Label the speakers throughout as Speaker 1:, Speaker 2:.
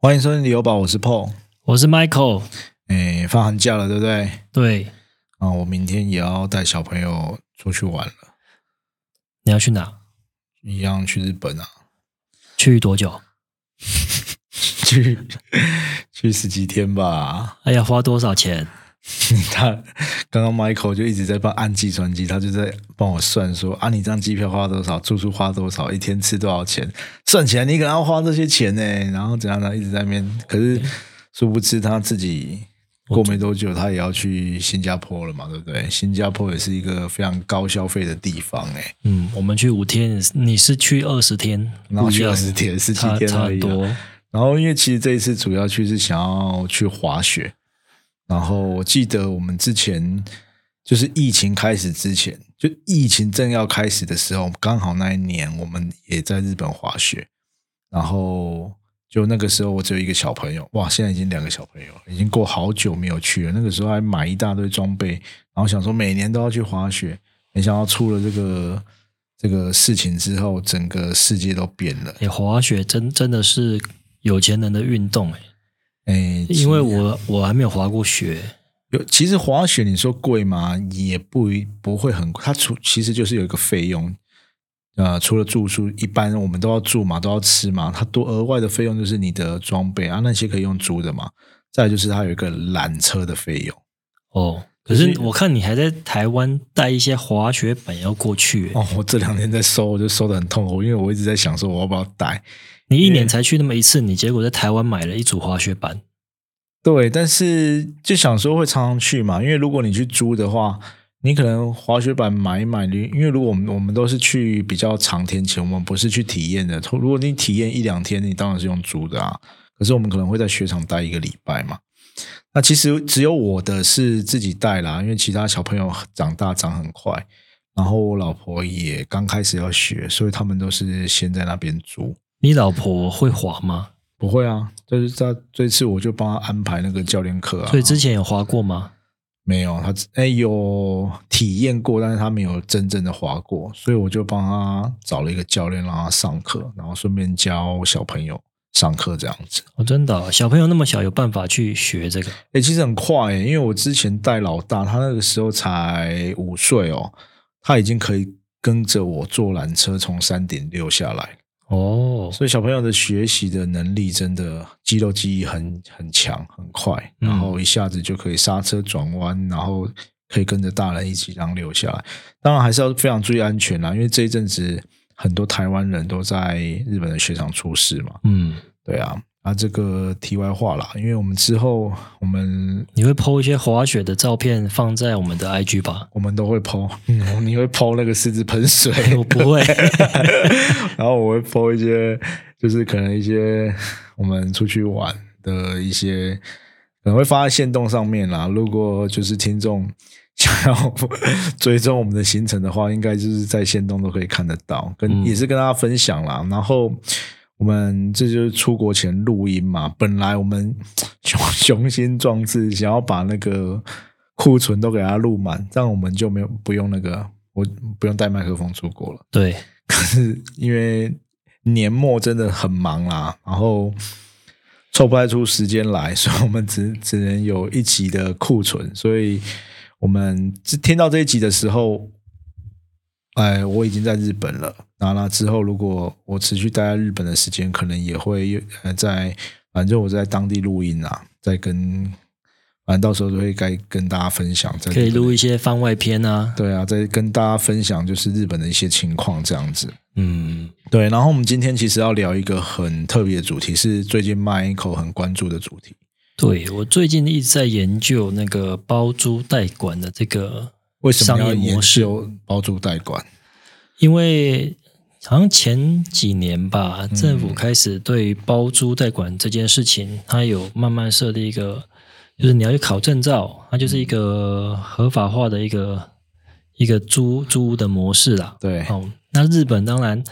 Speaker 1: 欢迎收听旅游宝，我是 Paul。
Speaker 2: 我是 Michael，
Speaker 1: 哎，放寒假了，对不对？
Speaker 2: 对，
Speaker 1: 啊，我明天也要带小朋友出去玩了，
Speaker 2: 你要去哪？
Speaker 1: 一样去日本啊，
Speaker 2: 去多久？
Speaker 1: 去 去十几天吧。
Speaker 2: 哎呀，花多少钱？
Speaker 1: 他刚刚 Michael 就一直在帮按计算机，他就在帮我算说啊，你这张机票花多少，住宿花多少，一天吃多少钱，算起来你可能要花这些钱呢。然后怎样呢？一直在那边，可是殊不知他自己过没多久，他也要去新加坡了嘛，对不对？新加坡也是一个非常高消费的地方哎、
Speaker 2: 嗯，我们去五天，你是去二十天，
Speaker 1: 然后
Speaker 2: 不一
Speaker 1: 去
Speaker 2: 样
Speaker 1: 二十天、十七
Speaker 2: 差
Speaker 1: 天
Speaker 2: 差
Speaker 1: 而
Speaker 2: 很
Speaker 1: 已啊、
Speaker 2: 多。
Speaker 1: 然后因为其实这一次主要去是想要去滑雪，然后我记得我们之前就是疫情开始之前，就疫情正要开始的时候，刚好那一年我们也在日本滑雪，然后就那个时候我只有一个小朋友，哇，现在已经两个小朋友了，已经过好久没有去了。那个时候还买一大堆装备，然后想说每年都要去滑雪，没想到出了这个这个事情之后，整个世界都变了。
Speaker 2: 哎，滑雪真真的是有钱人的运动哎，
Speaker 1: 哎，
Speaker 2: 因为我我还没有滑过雪。
Speaker 1: 有，其实滑雪你说贵吗？也不一不会很贵，它除其实就是有一个费用，呃，除了住宿，一般我们都要住嘛，都要吃嘛，它多额外的费用就是你的装备啊，那些可以用租的嘛。再来就是它有一个缆车的费用
Speaker 2: 哦，可
Speaker 1: 就是
Speaker 2: 是我看你还在台湾带一些滑雪板要过去欸，
Speaker 1: 哦，我这两天在收，我就收的很痛苦，因为我一直在想说我要不要带。
Speaker 2: 你一年才去那么一次，你结果在台湾买了一组滑雪板，
Speaker 1: 对，但是就想说会常常去嘛，因为如果你去租的话，你可能滑雪板买一买，你因为如果我们我们都是去比较长天前，我们不是去体验的。如果你体验一两天，你当然是用租的啊。可是我们可能会在雪场待一个礼拜嘛。那其实只有我的是自己带啦，因为其他小朋友长大长很快，然后我老婆也刚开始要学，所以他们都是先在那边租。
Speaker 2: 你老婆会滑吗？
Speaker 1: 不会啊，就是在这次我就帮他安排那个教练课啊。
Speaker 2: 所以之前有滑过吗？
Speaker 1: 没有，他只哎、有体验过，但是他没有真正的滑过，所以我就帮他找了一个教练让他上课，然后顺便教小朋友上课这样子。
Speaker 2: 哦，真的哦、小朋友那么小有办法去学这个？
Speaker 1: 哎、其实很快、欸，因为我之前带老大，他那个时候才五岁哦，他已经可以跟着我坐缆车从山顶溜下来，
Speaker 2: 哦，
Speaker 1: 所以小朋友的学习的能力真的肌肉记忆很很强，很快，
Speaker 2: 嗯
Speaker 1: 然后一下子就可以刹车转弯，然后可以跟着大人一起这样留下来。当然还是要非常注意安全啦，因为这一阵子很多台湾人都在日本的雪场出事嘛。
Speaker 2: 嗯，
Speaker 1: 对啊，啊，这个题外话啦，因为我们之后我们
Speaker 2: 你会 PO 一些滑雪的照片放在我们的 IG 吧？
Speaker 1: 我们都会抛、 嗯，你会抛那个狮子喷水，
Speaker 2: 我不会，
Speaker 1: 然后我会 po 一些，就是可能一些我们出去玩的一些，可能会发在线动上面啦。如果就是听众想要 追踪我们的行程的话，应该就是在线动都可以看得到，跟、
Speaker 2: 嗯
Speaker 1: 也是跟大家分享啦。然后我们这就是出国前录音嘛，本来我们 雄雄心壮志想要把那个库存都给它录满，这样我们就没有不用那个。我不用带麦克风出国了。
Speaker 2: 对，
Speaker 1: 是 因为年末真的很忙啦，然后抽不太出时间来， 所以我们只只能有一集的库存。所以我们听到这一集的时候，哎，我已经在日本了。那那之后，如果我持续待在日本的时间，可能也会呃在，反正我在当地录音啊，在跟，反正到时候都会该跟大家分享。在
Speaker 2: 可以
Speaker 1: 日本的
Speaker 2: 录一些番外篇啊。
Speaker 1: 对啊，再跟大家分享就是日本的一些情况这样子。
Speaker 2: 嗯，
Speaker 1: 对，然后我们今天其实要聊一个很特别的主题，是最近 Michael 很关注的主题。
Speaker 2: 对我最近一直在研究那个包租代管的这个
Speaker 1: 为什么
Speaker 2: 商
Speaker 1: 要
Speaker 2: 业
Speaker 1: 研
Speaker 2: 模式，
Speaker 1: 究包租代管？
Speaker 2: 因为好像前几年吧，政府开始对包租代管这件事情，它有慢慢设立一个，就是你要去考证照，它就是一个合法化的一个一个租租屋的模式啦。
Speaker 1: 对，
Speaker 2: 哦，那日本当然，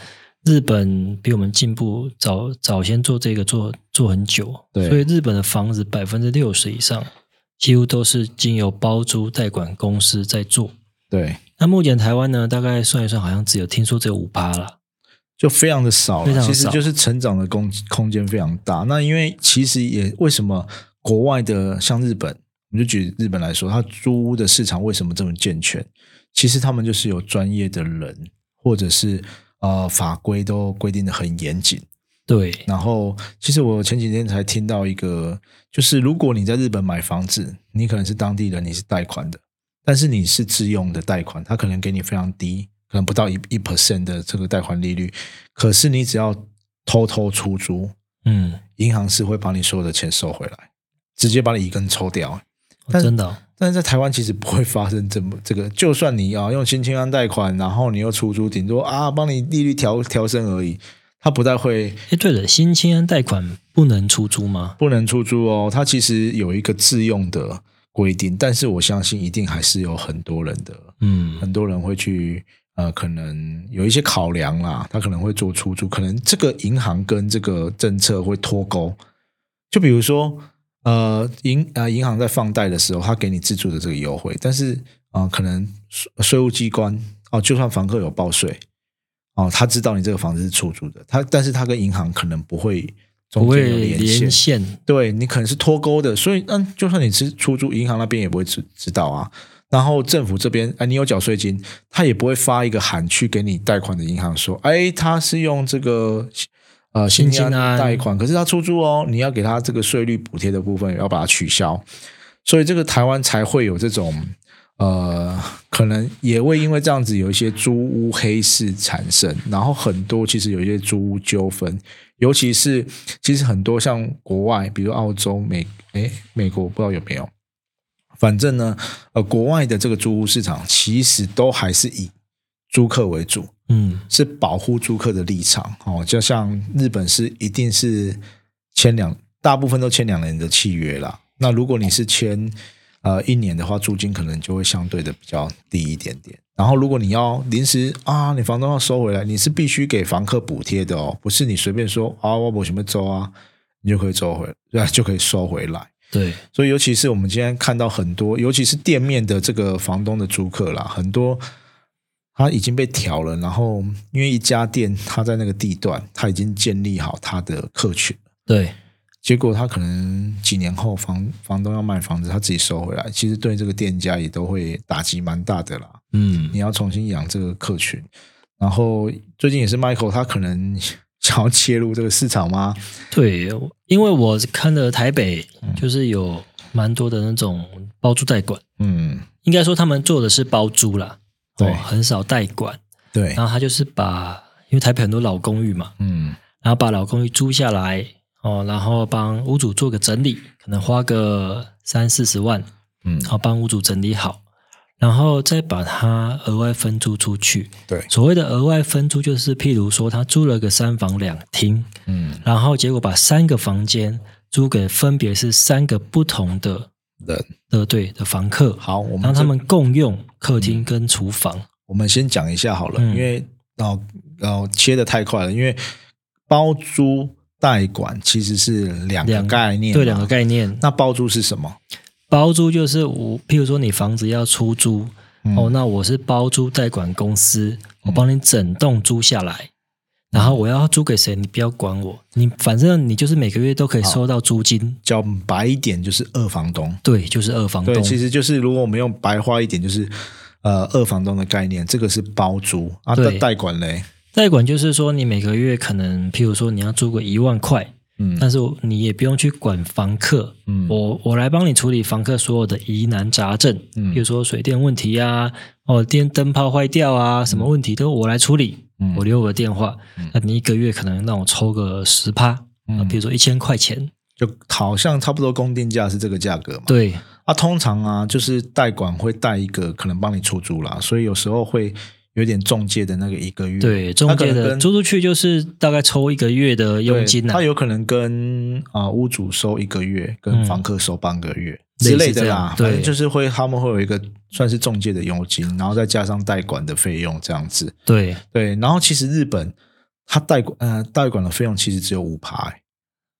Speaker 2: 日本比我们进步早早先做这个做做很久，
Speaker 1: 对
Speaker 2: 所以日本的房子百分之六十以上几乎都是经由包租代管公司在做。
Speaker 1: 对，
Speaker 2: 那目前台湾呢，大概算一算，好像只有听说只有五趴了，
Speaker 1: 就非常的少
Speaker 2: 非
Speaker 1: 了，
Speaker 2: 常
Speaker 1: 其实
Speaker 2: 少
Speaker 1: 就是成长的空空间非常大。那因为其实也为什么国外的像日本，我们就举日本来说，它租屋的市场为什么这么健全？其实他们就是有专业的人，或者是呃法规都规定的很严谨。
Speaker 2: 对，
Speaker 1: 然后，其实我前几天才听到一个，就是如果你在日本买房子，你可能是当地人，你是贷款的，但是你是自用的贷款，他可能给你非常低，可能不到一一 percent 的这个贷款利率，可是你只要偷偷出租，
Speaker 2: 嗯，
Speaker 1: 银行是会把你所有的钱收回来，直接把你一根抽掉。但是
Speaker 2: 真的哦、
Speaker 1: 但是在台湾其实不会发生这么这个，就算你啊用新青安贷款，然后你又出租，顶多啊帮你利率调调升而已，它不太会。
Speaker 2: 哎，对了，新青安贷款不能出租吗？
Speaker 1: 不能出租哦，它其实有一个自用的规定，但是我相信一定还是有很多人的，
Speaker 2: 嗯，
Speaker 1: 很多人会去呃，可能有一些考量啦，他可能会做出租，可能这个银行跟这个政策会脱钩，就比如说呃银呃银行在放贷的时候，他给你自住的这个优惠，但是啊、呃可能税税务机关哦，就算房客有报税。哦，他知道你这个房子是出租的，他但是他跟银行可能不会
Speaker 2: 不
Speaker 1: 中间有
Speaker 2: 会连线，
Speaker 1: 对你可能是脱钩的，所以嗯，就算你是出租，银行那边也不会知知道啊。然后政府这边，哎，你有缴税金，他也不会发一个函去给你贷款的银行说，哎，他是用这个呃
Speaker 2: 新
Speaker 1: 兴
Speaker 2: 兴安
Speaker 1: 贷款，可是他出租哦，你要给他这个税率补贴的部分也要把它取消，所以这个台湾才会有这种呃，可能也会因为这样子有一些租屋黑市产生，然后很多其实有一些租屋纠纷，尤其是其实很多像国外，比如澳洲、美诶美国，不知道有没有，反正呢，呃，国外的这个租屋市场其实都还是以租客为主，
Speaker 2: 嗯，
Speaker 1: 是保护租客的立场哦，就像日本是一定是签两，大部分都签两年的契约啦。那如果你是签呃一年的话，租金可能就会相对的比较低一点点。然后如果你要临时啊，你房东要收回来，你是必须给房客补贴的哦，不是你随便说啊，我我什么周啊，你就可以收回，对，啊就可以收回来。
Speaker 2: 对，
Speaker 1: 所以，尤其是我们今天看到很多，尤其是店面的这个房东的租客啦，很多他已经被调了。然后，因为一家店他在那个地段，他已经建立好他的客群，
Speaker 2: 对，
Speaker 1: 结果他可能几年后房房东要卖房子，他自己收回来，其实对这个店家也都会打击蛮大的啦。
Speaker 2: 嗯，
Speaker 1: 你要重新养这个客群。然后最近也是 Michael，他可能想要切入这个市场吗？
Speaker 2: 对，因为我看了台北就是有蛮多的那种包租代管，
Speaker 1: 嗯，
Speaker 2: 应该说他们做的是包租啦，哦
Speaker 1: 对，
Speaker 2: 很少代管，
Speaker 1: 对，
Speaker 2: 然后他就是把，因为台北很多老公寓嘛，
Speaker 1: 嗯，
Speaker 2: 然后把老公寓租下来哦，然后帮屋主做个整理，可能花个三四十万，
Speaker 1: 嗯
Speaker 2: 然后帮屋主整理好，然后再把它额外分租出去。
Speaker 1: 对，
Speaker 2: 所谓的额外分租，就是譬如说他租了个三房两厅，
Speaker 1: 嗯，
Speaker 2: 然后结果把三个房间租给分别是三个不同的
Speaker 1: 人
Speaker 2: 的对的房客，
Speaker 1: 好，我们
Speaker 2: 让他
Speaker 1: 这
Speaker 2: 们共用客厅跟厨房。
Speaker 1: 我们先讲一下好了，
Speaker 2: 嗯
Speaker 1: 因为哦哦切的太快了，因为包租代管其实是两个
Speaker 2: 两个
Speaker 1: 概念嘛，
Speaker 2: 对，两个概念。
Speaker 1: 那包租是什么？
Speaker 2: 包租就是我，譬如说你房子要出租，
Speaker 1: 嗯
Speaker 2: 哦，那我是包租代管公司，我帮你整栋租下来，然后我要租给谁，你不要管我，你反正你就是每个月都可以收到租金，
Speaker 1: 讲白一点就是二房东。
Speaker 2: 对，就是二房
Speaker 1: 对，
Speaker 2: 东，
Speaker 1: 其实就是如果我们用白话一点，就是呃二房东的概念，这个是包租啊。
Speaker 2: 对
Speaker 1: 代代管嘞，
Speaker 2: 代管就是说你每个月可能，譬如说你要租个一万块，
Speaker 1: 嗯
Speaker 2: 但是我你也不用去管房客，
Speaker 1: 嗯
Speaker 2: 我我来帮你处理房客所有的疑难杂症，
Speaker 1: 嗯
Speaker 2: 比如说水电问题啊，哦电灯泡坏掉啊，什么问题都我来处理，
Speaker 1: 嗯
Speaker 2: 我留我的电话，那你一个月可能让我抽个十趴，
Speaker 1: 嗯
Speaker 2: 啊，比如说一千块钱，
Speaker 1: 就好像差不多公定价是这个价格嘛。
Speaker 2: 对
Speaker 1: 啊，通常啊，就是代管会带一个可能帮你出租啦，所以有时候会有点中介的那个一个月，他
Speaker 2: 对，中
Speaker 1: 可
Speaker 2: 介
Speaker 1: 能
Speaker 2: 的
Speaker 1: 跟
Speaker 2: 租出去就是大概抽一个月的佣金
Speaker 1: 对
Speaker 2: 啊
Speaker 1: 他，有可能跟啊、呃屋主收一个月，跟
Speaker 2: 嗯
Speaker 1: 房客收半个月、
Speaker 2: 类
Speaker 1: 之
Speaker 2: 似
Speaker 1: 嗯类的
Speaker 2: 这样
Speaker 1: 啦。
Speaker 2: 对
Speaker 1: 反正就是会他们会有一个算是中介的佣金，然后再加上代管的费用这样子。
Speaker 2: 对，
Speaker 1: 对，然后其实日本他代管呃代管的费用其实只有五趴、欸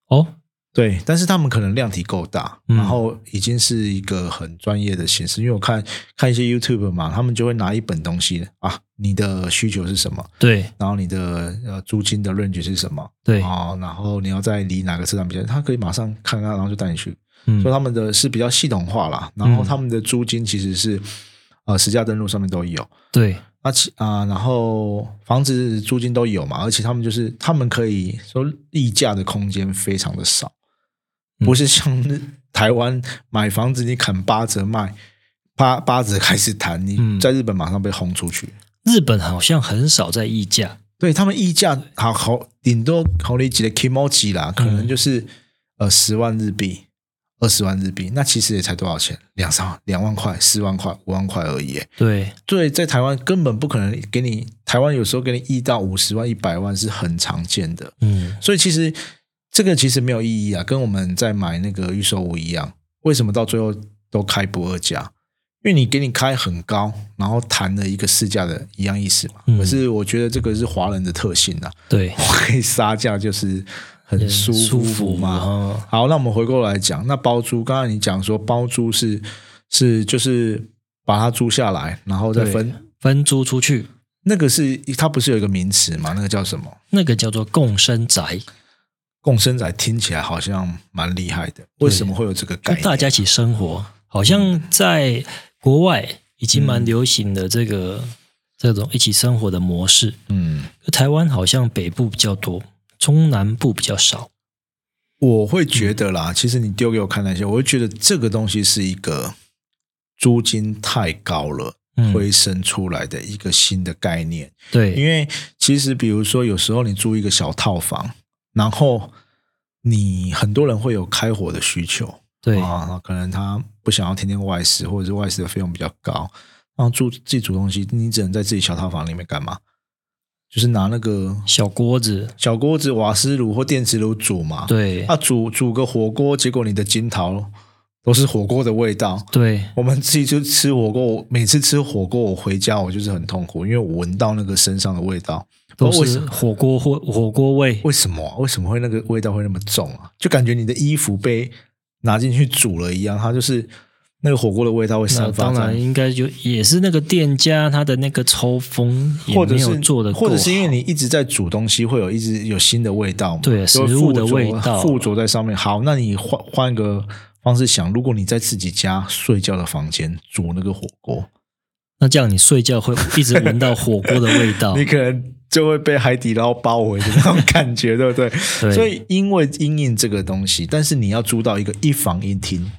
Speaker 2: 哦，
Speaker 1: 对，但是他们可能量体够大，
Speaker 2: 嗯
Speaker 1: 然后已经是一个很专业的形式。因为我看看一些 YouTube 嘛，他们就会拿一本东西啊，你的需求是什么，
Speaker 2: 对
Speaker 1: 然后你的呃租金的 range 是什么，
Speaker 2: 对，
Speaker 1: 哦，然后你要在离哪个车站比较，他可以马上看看，然后就带你去。
Speaker 2: 嗯
Speaker 1: 所以他们的是比较系统化啦，然后
Speaker 2: 嗯
Speaker 1: 他们的租金其实是呃实价登录上面都有。
Speaker 2: 对
Speaker 1: 那其啊、然后房子租金都有嘛，而且他们就是他们可以说溢价的空间非常的少，
Speaker 2: 嗯
Speaker 1: 不是像日台湾买房子你砍八折卖，八八折开始谈，你
Speaker 2: 嗯
Speaker 1: 在日本马上被轰出去。
Speaker 2: 日本好像很少在议价，
Speaker 1: 对他们溢价好好顶多好你几的 kimoji 啦，可能
Speaker 2: 嗯
Speaker 1: 就是、呃十万日币、二十万日币，那其实也才多少钱？两三万、两万块、四万块、五万块而已耶。
Speaker 2: 对
Speaker 1: 对，在台湾根本不可能给你，台湾有时候给你溢到五十万、一百万是很常见的，
Speaker 2: 嗯
Speaker 1: 所以其实这个其实没有意义啊，跟我们在买那个预售屋一样，为什么到最后都开不二价？因为你给你开很高，然后谈了一个市价的一样意思嘛。
Speaker 2: 嗯
Speaker 1: 可是我觉得这个是华人的特性 啊，
Speaker 2: 对，嗯
Speaker 1: 我可以杀价就是很舒服嘛。
Speaker 2: 嘛，
Speaker 1: 好，那我们回过来讲，那包租，刚才你讲说包租是是就是把它租下来，然后再
Speaker 2: 对
Speaker 1: 分
Speaker 2: 分租出去，
Speaker 1: 那个是它不是有一个名词吗？那个叫什么？
Speaker 2: 那个叫做共生宅，
Speaker 1: 共生仔听起来好像蛮厉害的，为什么会有这个概
Speaker 2: 跟
Speaker 1: 念？
Speaker 2: 大家一起生活，好
Speaker 1: 嗯
Speaker 2: 像在国外已经蛮流行的这个、这种一起生活的模式。
Speaker 1: 嗯，
Speaker 2: 台湾好像北部比较多，中南部比较少。
Speaker 1: 我会觉得啦，其实你丢给我看那些，我会觉得这个东西是一个租金太高了
Speaker 2: 嗯，
Speaker 1: 推生出来的一个新的概念。因
Speaker 2: 对，
Speaker 1: 为其实比如说，有时候你租一个小套房，然后你很多人会有开火的需求，
Speaker 2: 对，
Speaker 1: 啊，可能他不想要天天外食，或者是外食的费用比较高，然后煮自己煮东西，你只能在自己小套房里面干嘛？就是拿那个
Speaker 2: 小锅子，
Speaker 1: 小锅子、瓦斯炉或电磁炉煮嘛。
Speaker 2: 对，
Speaker 1: 啊，煮煮个火锅，结果你的金桃都是火锅的味道。
Speaker 2: 对，
Speaker 1: 我们自己就吃火锅，我每次吃火锅，我回家我就是很痛苦，因为我闻到那个身上的味道。
Speaker 2: 都
Speaker 1: 为
Speaker 2: 是
Speaker 1: 什
Speaker 2: 火锅或火锅味。
Speaker 1: 为什么啊、为什么会那个味道会那么重啊？就感觉你的衣服被拿进去煮了一样，它就是那个火锅的味道会
Speaker 2: 那
Speaker 1: 散发
Speaker 2: 当
Speaker 1: 在，
Speaker 2: 然应该就也是那个店家他的那个抽风也
Speaker 1: 或者
Speaker 2: 没有
Speaker 1: 是
Speaker 2: 做的，
Speaker 1: 或者是因为你一直在煮东西，会有一直有新的味道嘛？
Speaker 2: 对
Speaker 1: 就会
Speaker 2: 食
Speaker 1: 附
Speaker 2: 物的
Speaker 1: 着
Speaker 2: 味道啊
Speaker 1: 附着在上面。好，那你换换个方式想，如果你在自己家睡觉的房间煮那个火锅，
Speaker 2: 那这样你睡觉会一直闻到火锅的味道
Speaker 1: 你。可能就会被海底捞包围的那种感觉，对不对？
Speaker 2: 对
Speaker 1: 所以因为因应这个东西，但是你要租到一个一房一厅，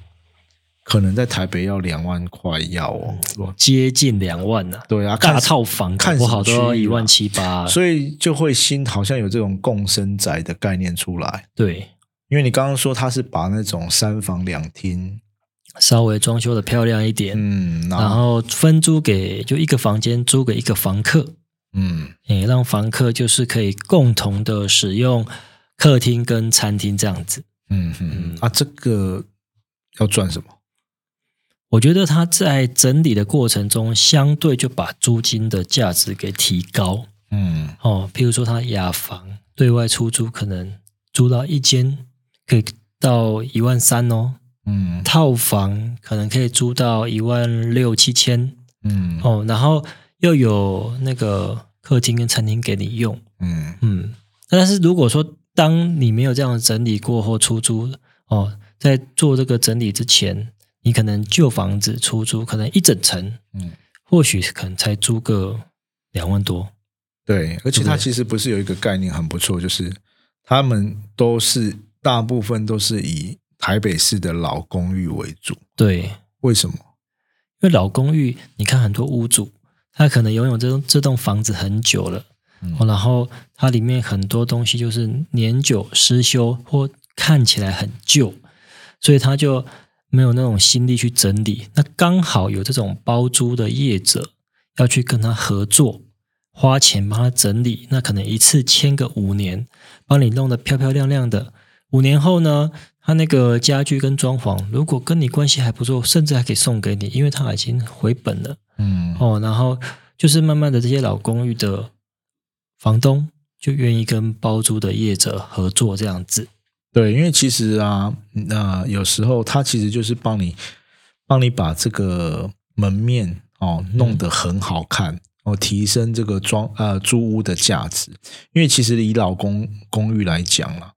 Speaker 1: 可能在台北要两万块要哦。
Speaker 2: 接近两万呐、
Speaker 1: 对啊，
Speaker 2: 大
Speaker 1: 看
Speaker 2: 套房搞
Speaker 1: 看
Speaker 2: 不
Speaker 1: 什么
Speaker 2: 好都要
Speaker 1: 区域
Speaker 2: 一
Speaker 1: 嘛
Speaker 2: 万七八。
Speaker 1: 所以就会新好像有这种共生宅的概念出来。
Speaker 2: 对，
Speaker 1: 因为你刚刚说他是把那种三房两厅，
Speaker 2: 稍微装修的漂亮一点，
Speaker 1: 嗯，然
Speaker 2: 然
Speaker 1: 后
Speaker 2: 后分租给就一个房间租给一个房客，
Speaker 1: 嗯，
Speaker 2: 也让房客就是可以共同的使用客厅跟餐厅这样子。
Speaker 1: 嗯嗯啊，这个要赚什么？
Speaker 2: 我觉得他在整理的过程中，相对就把租金的价值给提高
Speaker 1: 嗯
Speaker 2: 哦。譬如说，他雅房对外出租，可能租到一间可以到一万三哦，
Speaker 1: 嗯
Speaker 2: 套房可能可以租到一万六七千
Speaker 1: 嗯
Speaker 2: 哦，然后又有那个客厅跟餐厅给你用，
Speaker 1: 嗯
Speaker 2: 嗯。但是如果说当你没有这样的整理过后出租哦，在做这个整理之前，你可能旧房子出租，可能一整层，
Speaker 1: 嗯，
Speaker 2: 或许可能才租个两万多，
Speaker 1: 对，而且
Speaker 2: 对不
Speaker 1: 它
Speaker 2: 对
Speaker 1: 其实不是有一个概念很不错，就是他们都是大部分都是以台北市的老公寓为主。
Speaker 2: 对，
Speaker 1: 为什么？
Speaker 2: 因为老公寓，你看很多屋主，他可能拥有这栋这栋房子很久了，
Speaker 1: 嗯
Speaker 2: 哦然后它里面很多东西就是年久失修或看起来很旧，所以他就没有那种心力去整理。那刚好有这种包租的业者要去跟他合作，花钱帮他整理，那可能一次签个五年，帮你弄得漂漂亮亮的。五年后呢，他那个家具跟装潢，如果跟你关系还不错，甚至还可以送给你，因为他已经回本了
Speaker 1: 嗯
Speaker 2: 哦。然后就是慢慢的，这些老公寓的房东就愿意跟包租的业者合作这样子。
Speaker 1: 对，因为其实啊，那、有时候它其实就是帮你帮你把这个门面哦弄得很好看哦，提升这个装呃租屋的价值。因为其实以老公公寓来讲啦，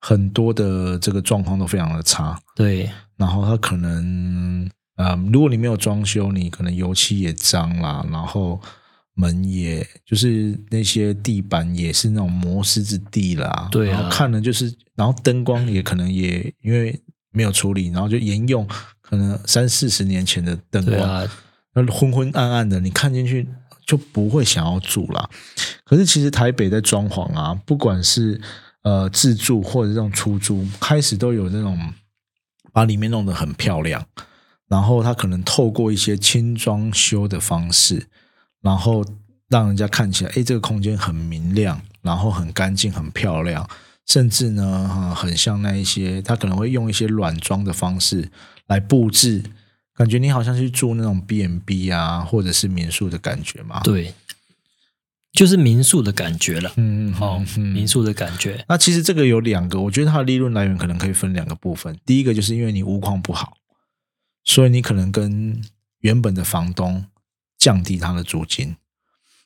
Speaker 1: 很多的这个状况都非常的差，
Speaker 2: 对，
Speaker 1: 然后它可能，呃，如果你没有装修，你可能油漆也脏啦，然后门也就是那些地板也是那种磨石子地啦，
Speaker 2: 对啊
Speaker 1: 然后看了就是，然后灯光也可能也因为没有处理，然后就沿用可能三四十年前的灯
Speaker 2: 对
Speaker 1: 光，
Speaker 2: 啊，
Speaker 1: 那昏昏暗暗的，你看进去就不会想要住啦。可是其实台北在装潢啊，不管是呃自住或者这种出租，开始都有这种把里面弄得很漂亮，然后它可能透过一些轻装修的方式，然后让人家看起来，哎，这个空间很明亮，然后很干净，很漂亮。甚至呢，哈，很像那一些，他可能会用一些软装的方式来布置，感觉你好像去住那种 B&B 啊，或者是民宿的感觉嘛。，
Speaker 2: 对，就是民宿的感觉了。
Speaker 1: 嗯嗯，
Speaker 2: 哦
Speaker 1: 好，，嗯
Speaker 2: 民宿的感觉，
Speaker 1: 那其实这个有两个，我觉得它的利润来源可能可以分两个部分。第一个就是因为你屋况不好，所以你可能跟原本的房东降低他的租金，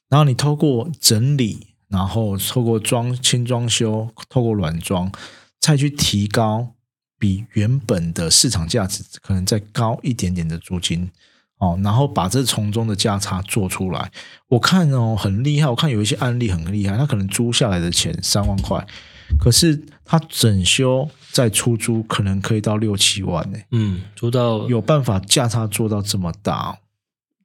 Speaker 1: 然后你透过整理，然后透过装轻装修，透过软装，再去提高比原本的市场价值可能再高一点点的租金。哦，然后把这从中的价差做出来，我看哦很厉害，我看有一些案例很厉害，他可能租下来的钱三万块，可是他整修再出租，可能可以到六七万呢、
Speaker 2: 嗯，租到
Speaker 1: 有办法价差做到这么大、哦？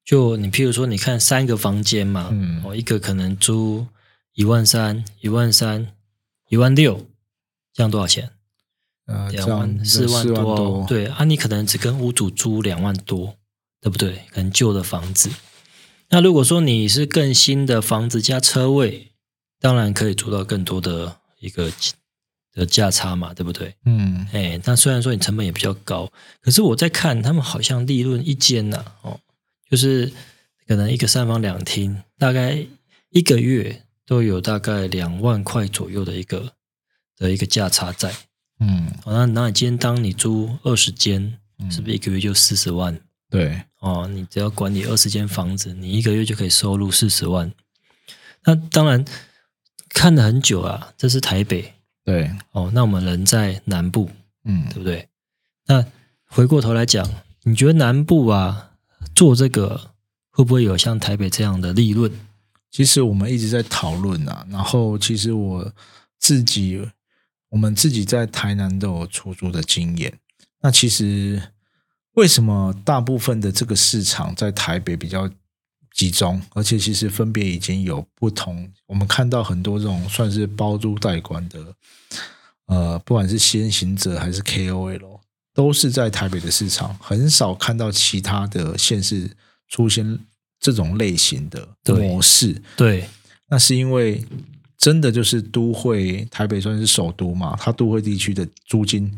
Speaker 2: 就你譬如说，你看三个房间嘛，
Speaker 1: 嗯
Speaker 2: 哦，一个可能租一万三、一万三、一万六，这样多少钱？
Speaker 1: 呃，
Speaker 2: 两
Speaker 1: 这样
Speaker 2: 万四万
Speaker 1: 四万
Speaker 2: 多，
Speaker 1: 多，
Speaker 2: 对啊，你可能只跟屋主租两万多，对不对？可能旧的房子。那如果说你是更新的房子加车位，当然可以租到更多的一个的价差嘛，对不对？
Speaker 1: 嗯，
Speaker 2: 哎，那虽然说你成本也比较高，可是我在看他们好像利润一间呐、哦，就是可能一个三房两厅，大概一个月都有大概两万块左右的一个的一个价差在。
Speaker 1: 嗯
Speaker 2: 哦，那那你今天当你租二十间，
Speaker 1: 嗯，
Speaker 2: 是不是一个月就四十万？
Speaker 1: 对，
Speaker 2: 哦，你只要管理二十间房子，你一个月就可以收入四十万。那当然看了很久啊，这是台北
Speaker 1: 对，
Speaker 2: 哦，那我们人在南部，
Speaker 1: 嗯
Speaker 2: 对不对？那回过头来讲，你觉得南部啊做这个会不会有像台北这样的利润？
Speaker 1: 其实我们一直在讨论啊，然后其实我自己，我们自己在台南都有出租的经验。那其实为什么大部分的这个市场在台北比较集中，而且其实分别已经有不同，我们看到很多这种算是包租代管的，呃，不管是先行者还是 KOL，都是在台北的市场，很少看到其他的县市出现这种类型的
Speaker 2: 对
Speaker 1: 模式。
Speaker 2: 对
Speaker 1: 那是因为真的就是都会，台北算是首都嘛，它都会地区的租金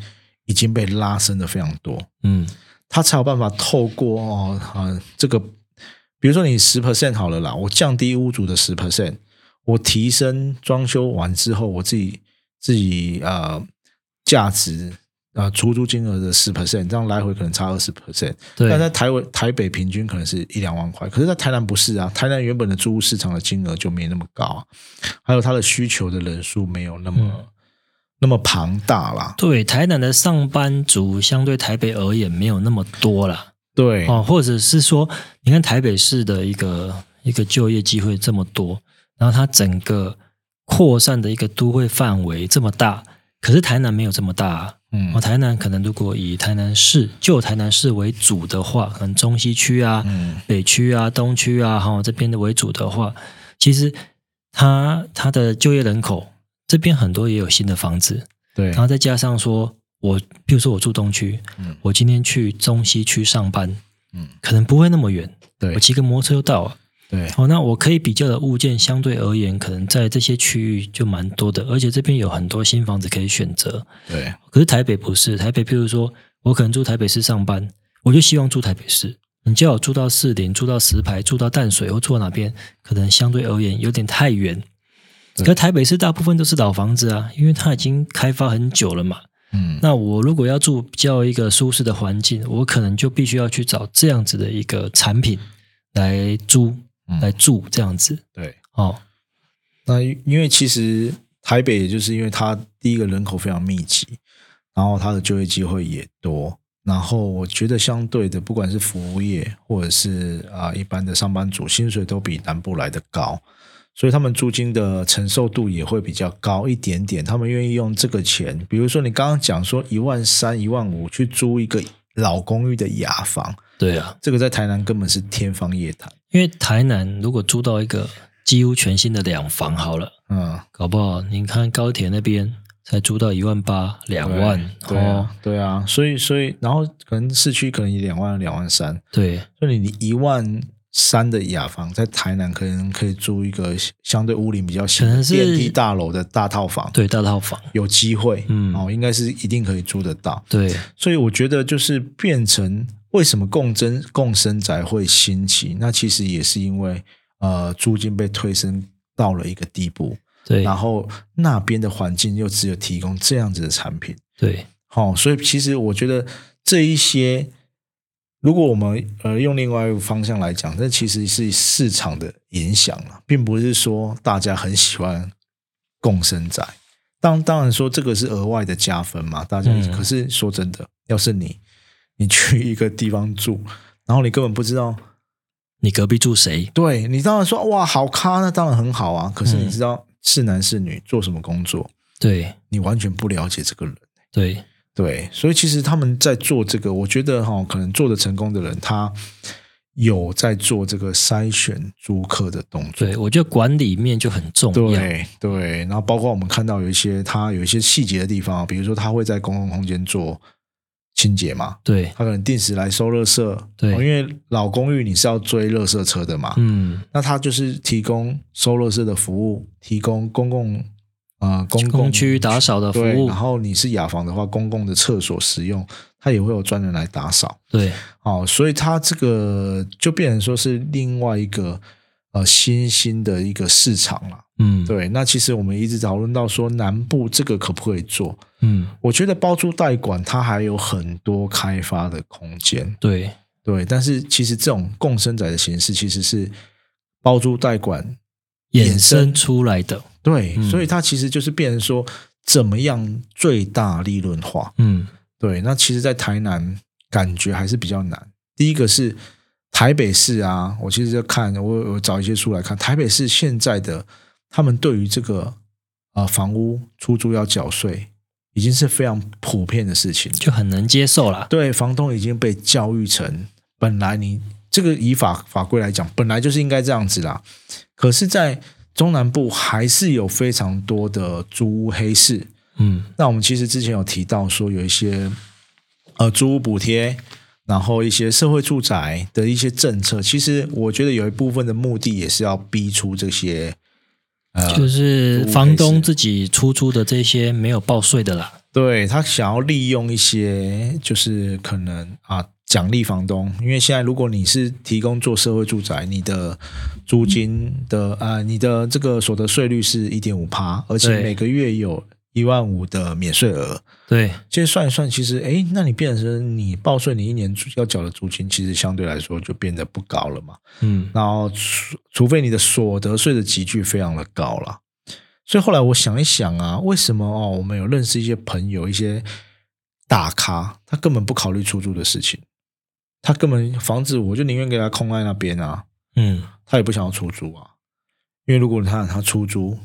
Speaker 1: 已经被拉升的非常多，
Speaker 2: 嗯，
Speaker 1: 它才有办法透过哦啊、这个，比如说你十 percent 好了啦，我降低屋主的十 percent，我提升装修完之后，我自己自己呃价值啊、呃、出租金额的十 percent，这样来回可能差二十 percent，
Speaker 2: 对
Speaker 1: 但在台北台北平均可能是一两万块，可是，在台南不是啊，台南原本的租屋市场的金额就没那么高、啊，还有它的需求的人数没有那么、
Speaker 2: 嗯
Speaker 1: 那么庞大啦。
Speaker 2: 对，台南的上班族相对台北而言没有那么多啦。
Speaker 1: 对，
Speaker 2: 哦，或者是说，你看台北市的一个一个就业机会这么多，然后它整个扩散的一个都会范围这么大，可是台南没有这么大、啊。
Speaker 1: 嗯
Speaker 2: 哦，台南可能如果以台南市就台南市为主的话，可能中西区啊、
Speaker 1: 嗯
Speaker 2: 北区啊、东区啊，哈、这边的为主的话，其实它它的就业人口这边很多也有新的房子，
Speaker 1: 对
Speaker 2: 然，后再加上说我，比如说我住东区，
Speaker 1: 嗯
Speaker 2: 我今天去中西区上班，
Speaker 1: 嗯
Speaker 2: 可能不会那么远，
Speaker 1: 对
Speaker 2: 我骑个摩托车就到了。
Speaker 1: 对，
Speaker 2: 哦，那我可以比较的物件相对而言，可能在这些区域就蛮多的，而且这边有很多新房子可以选择。
Speaker 1: 对，
Speaker 2: 可是台北不是，台北譬如说我可能住台北市上班，我就希望住台北市。你叫我住到士林、住到石牌、住到淡水或住到哪边，可能相对而言有点太远。
Speaker 1: 对
Speaker 2: 可台北市大部分都是老房子啊，因为它已经开发很久了嘛，
Speaker 1: 嗯
Speaker 2: 那我如果要住比较一个舒适的环境，我可能就必须要去找这样子的一个产品来租、
Speaker 1: 嗯
Speaker 2: 来住这样子
Speaker 1: 对。
Speaker 2: 哦。
Speaker 1: 那因为其实台北，也就是因为它第一个人口非常密集，然后它的就业机会也多，然后我觉得相对的，不管是服务业或者是啊、一般的上班族，薪水都比南部来的高，所以他们租金的承受度也会比较高一点点。他们愿意用这个钱，比如说你刚刚讲说一万三、一万五去租一个老公寓的雅房，
Speaker 2: 对啊，
Speaker 1: 这个在台南根本是天方夜谭。
Speaker 2: 因为台南如果租到一个几乎全新的两房好了，
Speaker 1: 嗯，
Speaker 2: 搞不好你看高铁那边才租到一万八、两万
Speaker 1: 对
Speaker 2: 哦，
Speaker 1: 啊，对啊，所以所以然后可能市区可能也两万两万三，
Speaker 2: 对
Speaker 1: 所以你一万三的雅房在台南可能可以租一个相对屋龄比较小
Speaker 2: 可
Speaker 1: 的
Speaker 2: 能是
Speaker 1: 电梯大楼的大套房，
Speaker 2: 对，大套房，
Speaker 1: 有机会，
Speaker 2: 嗯
Speaker 1: 哦，应该是一定可以租得到。
Speaker 2: 对
Speaker 1: 所以我觉得就是变成为什么共真共生宅会兴起，那其实也是因为呃租金被推升到了一个地步，
Speaker 2: 对
Speaker 1: 然后那边的环境又只有提供这样子的产品。
Speaker 2: 对
Speaker 1: 好、所以其实我觉得这一些，如果我们呃用另外一个方向来讲，这其实是市场的影响了，并不是说大家很喜欢共生仔。当当然说这个是额外的加分嘛，大家、
Speaker 2: 嗯
Speaker 1: 可是说真的，要是你你去一个地方住，然后你根本不知道，
Speaker 2: 你隔壁住谁？
Speaker 1: 对你当然说哇好咖，那当然很好啊，可是你
Speaker 2: 嗯
Speaker 1: 知道是男是女做什么工作，
Speaker 2: 对
Speaker 1: 你完全不了解这个人。
Speaker 2: 对
Speaker 1: 对，所以其实他们在做这个，我觉得哈、可能做的成功的人，他有在做这个筛选租客的动作。
Speaker 2: 对，我觉得管理面就很重要。
Speaker 1: 对对，然后包括我们看到有一些他有一些细节的地方，啊比如说他会在公共空间做清洁嘛，
Speaker 2: 对，
Speaker 1: 他可能定时来收垃圾。
Speaker 2: 对
Speaker 1: 哦因为老公寓你是要追垃圾车的嘛，
Speaker 2: 嗯，
Speaker 1: 那他就是提供收垃圾的服务，提供公共呃公共
Speaker 2: 公区打扫的服
Speaker 1: 对，
Speaker 2: 务
Speaker 1: 然，后你是雅房的话，公共的厕所使用，它也会有专人来打扫。
Speaker 2: 对
Speaker 1: 哦，所以它这个就变成说是另外一个呃新兴的一个市场了。
Speaker 2: 嗯，，
Speaker 1: 对，那其实我们一直讨论到说南部这个可不可以做？
Speaker 2: 嗯，
Speaker 1: 我觉得包租代管它还有很多开发的空间。
Speaker 2: 对
Speaker 1: 对，但是其实这种共生宅的形式其实是包租代管
Speaker 2: 衍生出来的，
Speaker 1: 对，
Speaker 2: 嗯
Speaker 1: 所以它其实就是变成说怎么样最大利润化。
Speaker 2: 嗯，
Speaker 1: 对，那其实，在台南感觉还是比较难。第一个是台北市啊，我其实就看我我找一些书来看，台北市现在的他们对于这个呃房屋出租要缴税，已经是非常普遍的事情。
Speaker 2: 就很能接受啦。
Speaker 1: 对，房东已经被教育成，本来你这个以法法规来讲，本来就是应该这样子啦。可是，在中南部还是有非常多的租屋黑市，
Speaker 2: 嗯，
Speaker 1: 那我们其实之前有提到说，有一些呃租屋补贴，然后一些社会住宅的一些政策，其实我觉得有一部分的目的也是要逼出这些
Speaker 2: 就是
Speaker 1: 租屋
Speaker 2: 房
Speaker 1: 类
Speaker 2: 东
Speaker 1: 似
Speaker 2: 自己出租的这些没有报税的啦。
Speaker 1: 对他想要利用一些，就是可能啊奖励房东，因为现在如果你是提供做社会住宅，你的租金的啊、你的这个所得税率是一点五趴，而且
Speaker 2: 对
Speaker 1: 每个月有一万五的免税额。
Speaker 2: 对
Speaker 1: 其实算一算，其实哎，那你变成你报税，你一年要缴的租金，其实相对来说就变得不高了嘛。
Speaker 2: 嗯，
Speaker 1: 然后除除非你的所得税的集聚非常的高了。所以后来我想一想啊，为什么哦，我们有认识一些朋友，一些大咖，他根本不考虑出租的事情，他根本房子我就宁愿给他空在那边啊，
Speaker 2: 嗯，
Speaker 1: 他也不想要出租啊，因为如果你看他出租，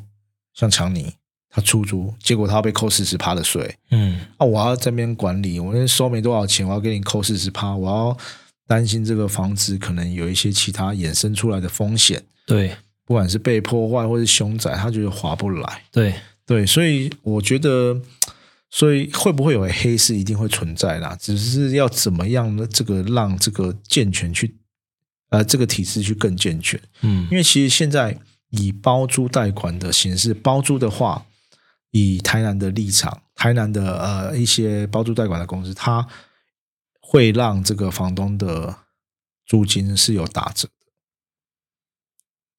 Speaker 1: 像强尼，他出租，结果他要被扣四十趴的税。
Speaker 2: 嗯，
Speaker 1: 啊，我要这边管理，我那收没多少钱，我要给你扣四十趴，我要担心这个房子可能有一些其他衍生出来的风险，
Speaker 2: 对
Speaker 1: 不管是被破坏或是凶宅，他觉得划不来。
Speaker 2: 对
Speaker 1: 对，所以我觉得，所以会不会有黑市一定会存在啦，只是要怎么样呢？这个让这个健全去，呃，这个体制去更健全。
Speaker 2: 嗯
Speaker 1: 因为其实现在以包租代管的形式，包租的话，以台南的立场，台南的呃一些包租代管的公司，它会让这个房东的租金是有打折。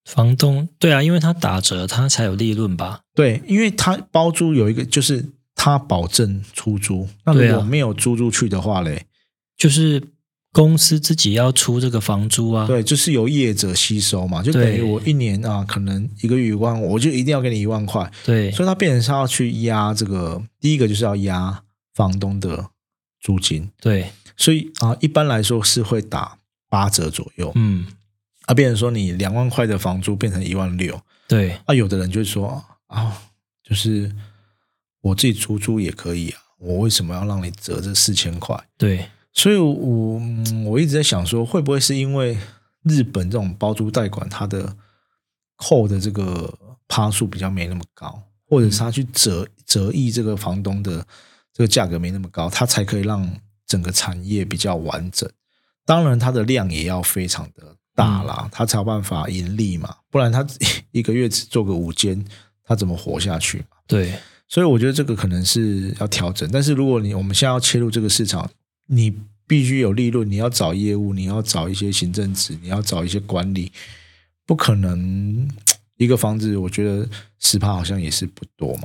Speaker 2: 房东对啊，因为他打折，他才有利润吧？
Speaker 1: 对，因为它包租有一个就是他保证出租。那
Speaker 2: 对啊
Speaker 1: 如果没有租出去的话嘞，
Speaker 2: 就是公司自己要出这个房租啊，
Speaker 1: 对，就是由业者吸收嘛，就等于
Speaker 2: 对
Speaker 1: 我一年啊，可能一个月一万，我就一定要给你一万块，
Speaker 2: 对
Speaker 1: 所以他变成是要去压这个，第一个就是要压房东的租金，
Speaker 2: 对，
Speaker 1: 所以啊，一般来说是会打八折左右，
Speaker 2: 嗯，
Speaker 1: 啊，变成说你两万块的房租变成一万六，
Speaker 2: 对
Speaker 1: 啊，有的人就会说啊，就是我自己出租也可以啊，我为什么要让你折这四千块？
Speaker 2: 对，
Speaker 1: 所以我，我嗯我一直在想说，会不会是因为日本这种包租代管，它的扣的这个趴数比较没那么高，或者是他去折折溢这个房东的这个价格没那么高，它才可以让整个产业比较完整。当然，它的量也要非常的大啦，它才有办法盈利嘛，不然它 一个月只做个五间，它怎么活下去？
Speaker 2: 对，
Speaker 1: 所以我觉得这个可能是要调整。但是如果你我们现在要切入这个市场，你必须有利润，你要找业务，你要找一些行政职，你要找一些管理，不可能一个房子，我觉得十趴好像也是不多嘛。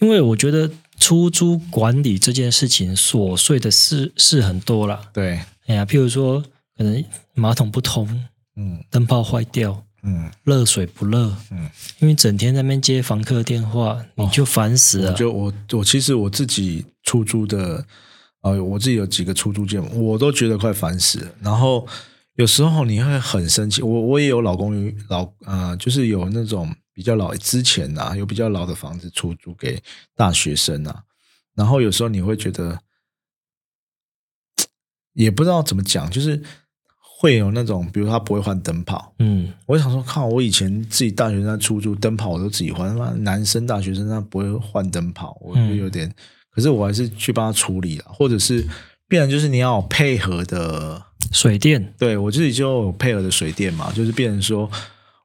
Speaker 2: 因为我觉得出租管理这件事情琐碎的事事很多啦，
Speaker 1: 对，
Speaker 2: 哎呀，譬如说可能马桶不通、
Speaker 1: 嗯
Speaker 2: 灯泡坏掉、
Speaker 1: 嗯，
Speaker 2: 热水不热，
Speaker 1: 嗯，哦
Speaker 2: 因为整天在那边接房客电话，你就烦死
Speaker 1: 我
Speaker 2: 了。
Speaker 1: 就我我其实我自己出租的，呃，我自己有几个出租件，我都觉得快烦死了。然后有时候你会很生气，我我也有老公寓老呃，就是有那种比较老之前啊，有比较老的房子出租给大学生啊，然后有时候你会觉得，也不知道怎么讲，就是会有那种，比如他不会换灯泡，
Speaker 2: 嗯，
Speaker 1: 我想说，靠！我以前自己大学生在出租灯泡，我都自己换。他妈男生大学生他不会换灯泡，我就
Speaker 2: 嗯
Speaker 1: 有点。可是我还是去帮他处理了，或者是，必然就是你要有配合的。
Speaker 2: 水电，
Speaker 1: 对我自己就有配合的水电嘛，就是变成说，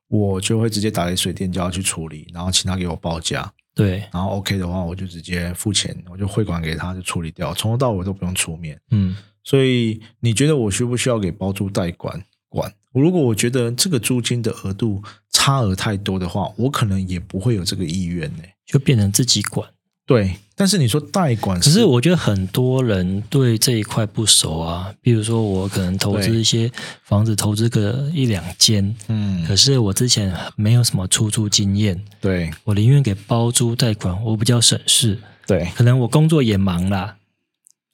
Speaker 1: 我就会直接打给水电，叫他去处理，然后请他给我报价，
Speaker 2: 对，
Speaker 1: 然后 OK 的话，我就直接付钱，我就汇款给他就处理掉，从头到尾都不用出面。
Speaker 2: 嗯，
Speaker 1: 所以你觉得我需不需要给包租代管管？如果我觉得这个租金的额度差额太多的话，我可能也不会有这个意愿呢、
Speaker 2: 就变成自己管。
Speaker 1: 对，但是你说代管
Speaker 2: 可是我觉得很多人对这一块不熟啊，比如说我可能投资
Speaker 1: 对
Speaker 2: 一些房子，投资个一两间，
Speaker 1: 嗯，
Speaker 2: 可是我之前没有什么出租经验，
Speaker 1: 对
Speaker 2: 我宁愿给包租贷款，我比较省事。
Speaker 1: 对
Speaker 2: 可能我工作也忙啦，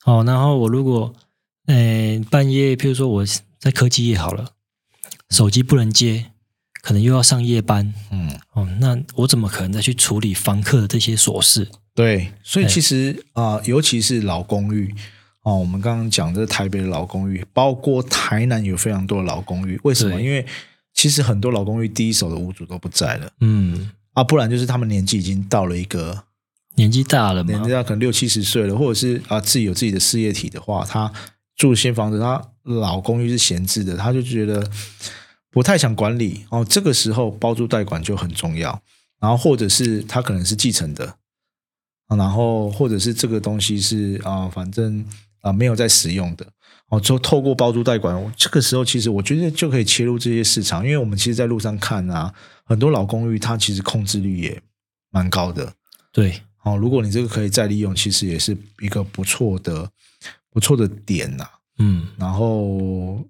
Speaker 2: 哦，然后我如果嗯、呃半夜，譬如说我在科技业好了，手机不能接，可能又要上夜班，
Speaker 1: 嗯
Speaker 2: 哦，那我怎么可能再去处理房客的这些琐事？
Speaker 1: 对，所以
Speaker 2: 哎
Speaker 1: 其实啊、尤其是老公寓哦，我们刚刚讲这台北的老公寓，包括台南有非常多的老公寓，为什么？
Speaker 2: 对
Speaker 1: 因为其实很多老公寓第一手的屋主都不在了
Speaker 2: 嗯，
Speaker 1: 啊，不然就是他们年纪已经到了一个
Speaker 2: 年纪大了嘛
Speaker 1: 人，家可能六七十岁了，或者是啊自己有自己的事业体的话，她住新房子，她老公寓是闲置的，她就觉得不太想管理哦。这个时候包租代管就很重要，然后或者是她可能是继承的，啊然后或者是这个东西是啊反正啊没有在使用的。哦，就透过包租代管，我这个时候其实我觉得就可以切入这些市场，因为我们其实，在路上看啊，很多老公寓它其实控制率也蛮高的，
Speaker 2: 对，
Speaker 1: 哦，如果你这个可以再利用，其实也是一个不错的、不错的点呐、
Speaker 2: 嗯，
Speaker 1: 然后，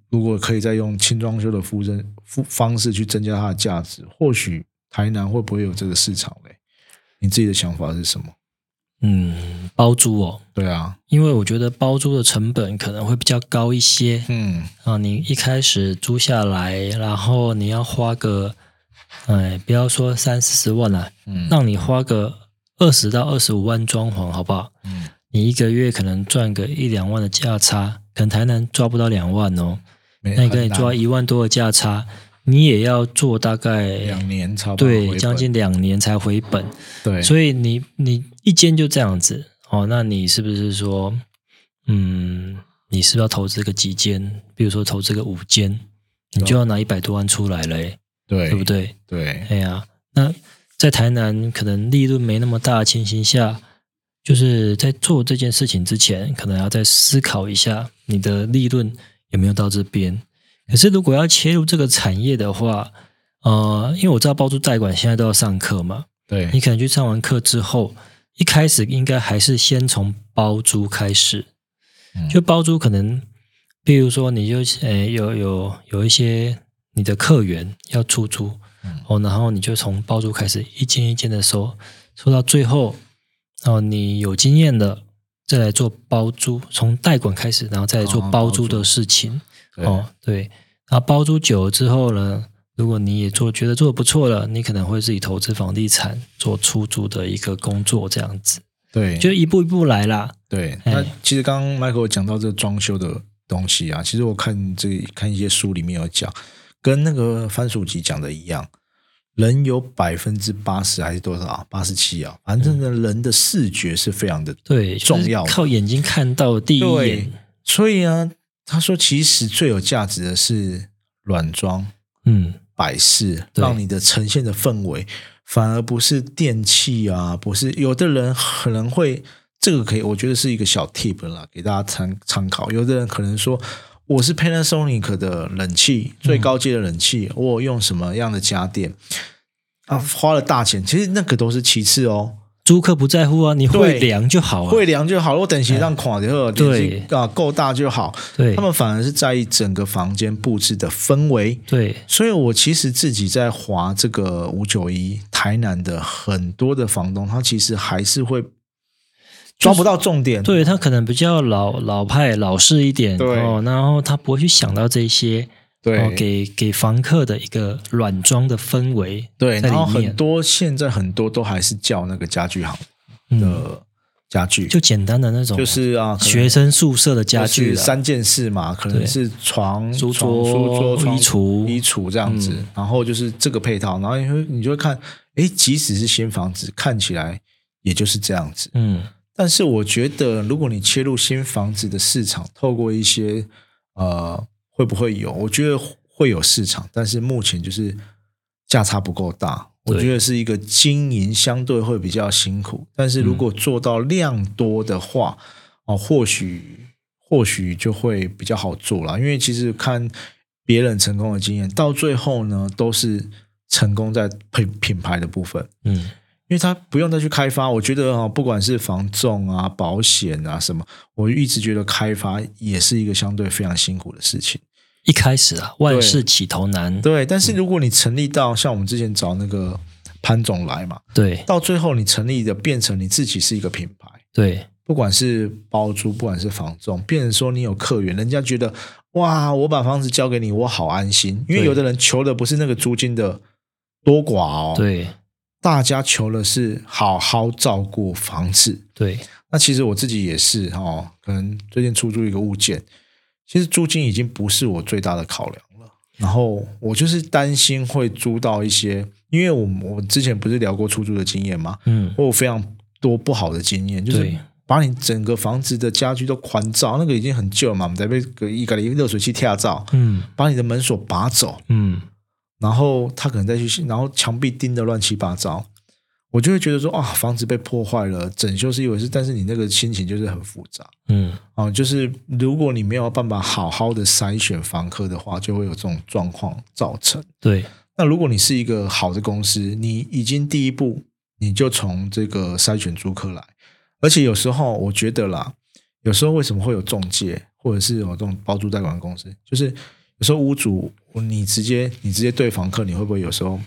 Speaker 1: 如果可以再用轻装修的附增附方式去增加它的价值，或许台南会不会有这个市场嘞？你自己的想法是什么？
Speaker 2: 嗯，包租哦，
Speaker 1: 对啊，
Speaker 2: 因为我觉得包租的成本可能会比较高一些
Speaker 1: 嗯，
Speaker 2: 啊。你一开始租下来，然后你要花个，哎，不要说三四十万了、
Speaker 1: 嗯
Speaker 2: 让你花个二十到二十五万装潢，好不好？
Speaker 1: 嗯
Speaker 2: 你一个月可能赚个一两万的价差，可能台南抓不到两万哦，
Speaker 1: 没
Speaker 2: 那你可
Speaker 1: 嗯
Speaker 2: 以
Speaker 1: 很难
Speaker 2: 抓一万多的价差，你也要做大概
Speaker 1: 两年差不多回
Speaker 2: 对
Speaker 1: 本，
Speaker 2: 将近两年才回本。
Speaker 1: 对，以
Speaker 2: 所以你你一间就这样子哦，那你是不是说，嗯，你是不是要投资个几间？比如说投资个五间，你就要拿一百多万出来了耶，
Speaker 1: 对
Speaker 2: 对不？对？
Speaker 1: 对，
Speaker 2: 哎呀，那在台南可能利润没那么大的情形下，就是在做这件事情之前，可能要再思考一下你的利润有没有到这边。可是如果要切入这个产业的话，呃，因为我知道包租代管现在都要上课嘛，
Speaker 1: 对，
Speaker 2: 你可能去上完课之后，一开始应该还是先从包租开始，就包租可能，比如说你就呃、有有有一些你的客源要出租，哦，然后你就从包租开始一间一间的收，收到最后，哦，你有经验的再来做包租，从代管开始，然后再来做
Speaker 1: 哦
Speaker 2: 包租
Speaker 1: 包租
Speaker 2: 的事情。
Speaker 1: 对
Speaker 2: 哦，对，然后包租久了之后呢，如果你也做觉得做的不错了，你可能会自己投资房地产，做出租的一个工作，这样子，
Speaker 1: 对，
Speaker 2: 就一步一步来啦。
Speaker 1: 对，
Speaker 2: 哎
Speaker 1: 那其实刚刚 Michael 讲到这个装修的东西啊，其实我看这看一些书里面有讲，跟那个番薯集讲的一样，人有百分之八十还是多少啊？八十七啊，反正呢，人的视觉是非常的
Speaker 2: 对，就是
Speaker 1: 重要的
Speaker 2: 靠眼睛看到第一眼，，
Speaker 1: 所以啊，他说其实最有价值的是软装
Speaker 2: 嗯，
Speaker 1: 摆饰，
Speaker 2: 对
Speaker 1: 让你的呈现的氛围，反而不是电器啊，不是有的人可能会这个可以，我觉得是一个小 tip 啦，给大家参参考。有的人可能说我是 Panasonic 的冷气，最高阶的冷
Speaker 2: 嗯
Speaker 1: 气，我有用什么样的家电啊，花了大钱，其实那个都是其次哦。
Speaker 2: 租客不在乎啊，你会
Speaker 1: 对
Speaker 2: 量就好啊。
Speaker 1: 会量就好了，我等级让垮掉，
Speaker 2: 对
Speaker 1: 电视啊够大就好。
Speaker 2: 对
Speaker 1: 他们反而是在意整个房间布置的氛围，
Speaker 2: 对，
Speaker 1: 所以我其实自己在划这个五九一台南的很多的房东，他其实还是会抓不到重点。
Speaker 2: 对他可能比较老老派、老式一点，
Speaker 1: 对
Speaker 2: 哦，然后他不会去想到这些，哦，给给房客的一个软装的氛围，
Speaker 1: 对，
Speaker 2: 在
Speaker 1: 然后
Speaker 2: 里
Speaker 1: 很
Speaker 2: 面，
Speaker 1: 多现在很多都还是叫那个家具行
Speaker 2: 嗯，
Speaker 1: 的家具，
Speaker 2: 就简单的那种，
Speaker 1: 就是啊，可能
Speaker 2: 学生宿舍的家具
Speaker 1: 就是
Speaker 2: 啦
Speaker 1: 三件事嘛，可能
Speaker 2: 对
Speaker 1: 是床、
Speaker 2: 书
Speaker 1: 床
Speaker 2: 桌
Speaker 1: 书桌、床
Speaker 2: 衣橱
Speaker 1: 衣橱这样子，
Speaker 2: 嗯
Speaker 1: 然后就是这个配套，然后你会你就会看，诶，即使是新房子，看起来也就是这样子。
Speaker 2: 嗯，
Speaker 1: 但是我觉得，如果你切入新房子的市场，透过一些呃，会不会有？我觉得会有市场，但是目前就是价差不够大。我
Speaker 2: 对
Speaker 1: 觉得是一个经营相对会比较辛苦，但是如果做到量多的话，哦、或许或许就会比较好做啦。因为其实看别人成功的经验，到最后呢，都是成功在品品牌的部分。
Speaker 2: 嗯，
Speaker 1: 因为他不用再去开发。我觉得哦，不管是房仲啊、保险啊什么，我一直觉得开发也是一个相对非常辛苦的事情。
Speaker 2: 一开始啊，万事起头难，
Speaker 1: 对，但是
Speaker 2: 嗯
Speaker 1: 如果你成立到像我们之前找那个潘总来嘛，
Speaker 2: 对
Speaker 1: 到最后你成立的变成你自己是一个品牌，
Speaker 2: 对
Speaker 1: 不管是包租，不管是房仲，变成说你有客源，人家觉得哇，我把房子交给你，我好安心。因为
Speaker 2: 对
Speaker 1: 有的人求的不是那个租金的多寡哦，，
Speaker 2: 对
Speaker 1: 大家求的是好好照顾房子。
Speaker 2: 对，
Speaker 1: 那其实我自己也是哦，可能最近出租一个物件，其实租金已经不是我最大的考量了。然后我就是担心会租到一些，因为我我之前不是聊过出租的经验吗？
Speaker 2: 嗯，
Speaker 1: 我有非常多不好的经验，就是
Speaker 2: 对
Speaker 1: 把你整个房子的家具都狂照，那个已经很旧了嘛，我们才被个一个热水器跳照，
Speaker 2: 嗯
Speaker 1: 把你的门锁拔走，
Speaker 2: 嗯，
Speaker 1: 然后他可能再去，然后墙壁钉的乱七八糟，我就会觉得说啊，房子被破坏了，整修是一回事，但是你那个心情就是很复杂
Speaker 2: 嗯，
Speaker 1: 啊。就是如果你没有办法好好的筛选房客的话，就会有这种状况造成。
Speaker 2: 对
Speaker 1: 那如果你是一个好的公司，你已经第一步你就从这个筛选租客来，而且有时候我觉得啦，有时候为什么会有中介或者是有这种包租代管公司，就是有时候屋主你直接你直接对房客，你会不会有时候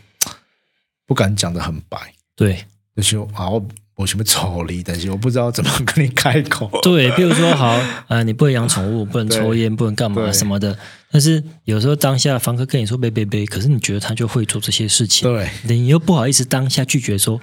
Speaker 1: 不敢讲的很白，
Speaker 2: 对
Speaker 1: 就是啊我我全部抽离，但是我不知道怎么跟你开口。
Speaker 2: 对，比如说好， 呃，你不能养宠物，不能
Speaker 1: 对
Speaker 2: 抽烟，不能干嘛
Speaker 1: 对
Speaker 2: 什么的，但是有时候当下房客跟你说别别别，可是你觉得他就会做这些事情，
Speaker 1: 对
Speaker 2: 你又不好意思当下拒绝说。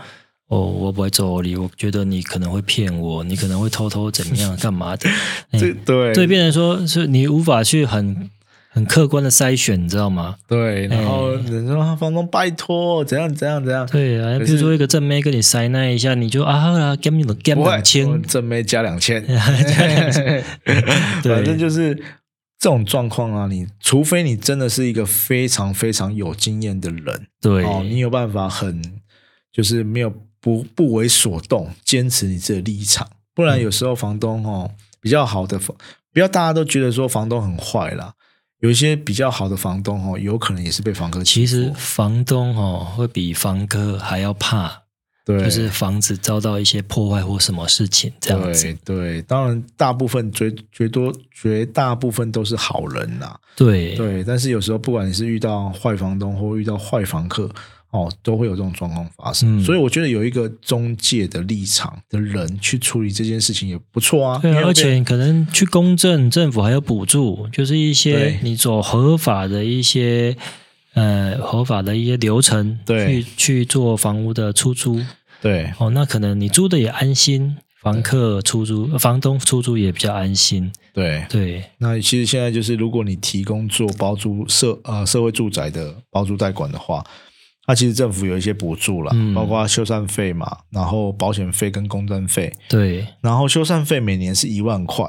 Speaker 2: 哦，我不会做你，我觉得你可能会骗我，你可能会偷偷怎么 样干嘛的？哎
Speaker 1: 这对
Speaker 2: 对，变成说是你无法去很很客观的筛选，你知道吗？
Speaker 1: 对，然后
Speaker 2: 哎
Speaker 1: 人说啊房东拜托怎样怎样怎样，
Speaker 2: 对啊，
Speaker 1: 可
Speaker 2: 比如
Speaker 1: 是
Speaker 2: 说一个正妹跟你塞那一下，你就啊啊，give me the give
Speaker 1: 不
Speaker 2: me
Speaker 1: 会
Speaker 2: 两，千，
Speaker 1: 正妹加两 千，
Speaker 2: 对
Speaker 1: 反正就是这种状况啊。你除非你真的是一个非常非常有经验的人
Speaker 2: 对
Speaker 1: 哦，你有办法很就是没有不不为所动，坚持你自己的立场，不然有时候房东哦比较好的房，不要大家都觉得说房东很坏啦。有一些比较好的房东哦，有可能也是被房客欺
Speaker 2: 其
Speaker 1: 负
Speaker 2: 实房东哦会比房客还要怕，
Speaker 1: 对，
Speaker 2: 就是防止遭到一些破坏或什么事情这样子。
Speaker 1: 对对，当然大部分绝绝多绝大部分都是好人啦、
Speaker 2: 对
Speaker 1: 对，但是有时候不管你是遇到坏房东或遇到坏房客，哦，都会有这种状况发生。
Speaker 2: 嗯
Speaker 1: 所以我觉得有一个中介的立场的人去处理这件事情也不错啊。
Speaker 2: 对
Speaker 1: 因
Speaker 2: 啊
Speaker 1: 为，
Speaker 2: 而
Speaker 1: 我觉
Speaker 2: 且可能去公证，政府还有补助，就是一些
Speaker 1: 对
Speaker 2: 你走合法的一些呃合法的一些流程，
Speaker 1: 对
Speaker 2: 去去做房屋的出租。
Speaker 1: 得对
Speaker 2: 哦，那可能你租的也安心，房客出租、
Speaker 1: 嗯
Speaker 2: 呃房东出租也比较安心。
Speaker 1: 对，
Speaker 2: 对，
Speaker 1: 那其实现在就是，如果你提供做包租社呃社会住宅的包租代管的话，它其实政府有一些补助啦，
Speaker 2: 嗯
Speaker 1: 包括修缮费嘛，然后保险费跟公证费，
Speaker 2: 对，
Speaker 1: 然后修缮费每年是一万块，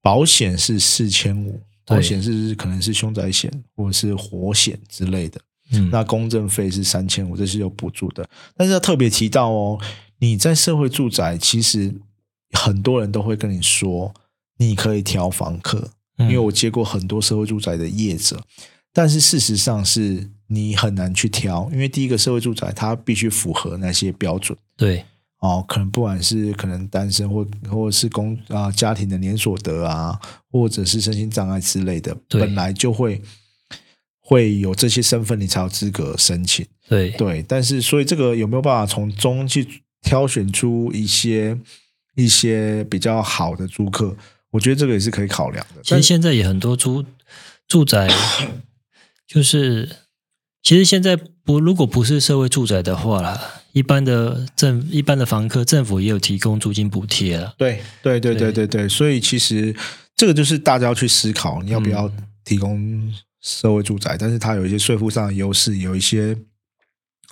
Speaker 1: 保险是四千五，
Speaker 2: 对
Speaker 1: 保险是可能是凶宅险或者是火险之类的。
Speaker 2: 嗯，
Speaker 1: 那公证费是三千五，这是有补助的。但是要特别提到哦，你在社会住宅，其实很多人都会跟你说，你可以调房客，因为
Speaker 2: 嗯
Speaker 1: 我接过很多社会住宅的业者，但是事实上是你很难去挑，因为第一个社会住宅它必须符合那些标准。
Speaker 2: 对
Speaker 1: 哦，可能不管是可能单身或或者是工啊、家庭的年所得啊，或者是身心障碍之类的，
Speaker 2: 对
Speaker 1: 本来就会会有这些身份，你才有资格申请。
Speaker 2: 对
Speaker 1: 对，但是所以这个有没有办法从中去挑选出一些一些比较好的租客？我觉得这个也是可以考量的。
Speaker 2: 其
Speaker 1: 但是
Speaker 2: 实现在也很多住住宅，就是其实现在不如果不是社会住宅的话啦，一般的政一般的房客，政府也有提供租金补贴了。
Speaker 1: 对对对对
Speaker 2: 对
Speaker 1: 对对，所以其实这个就是大家要去思考，你要不要提供社会住宅，但是它有一些税负上的优势，有一些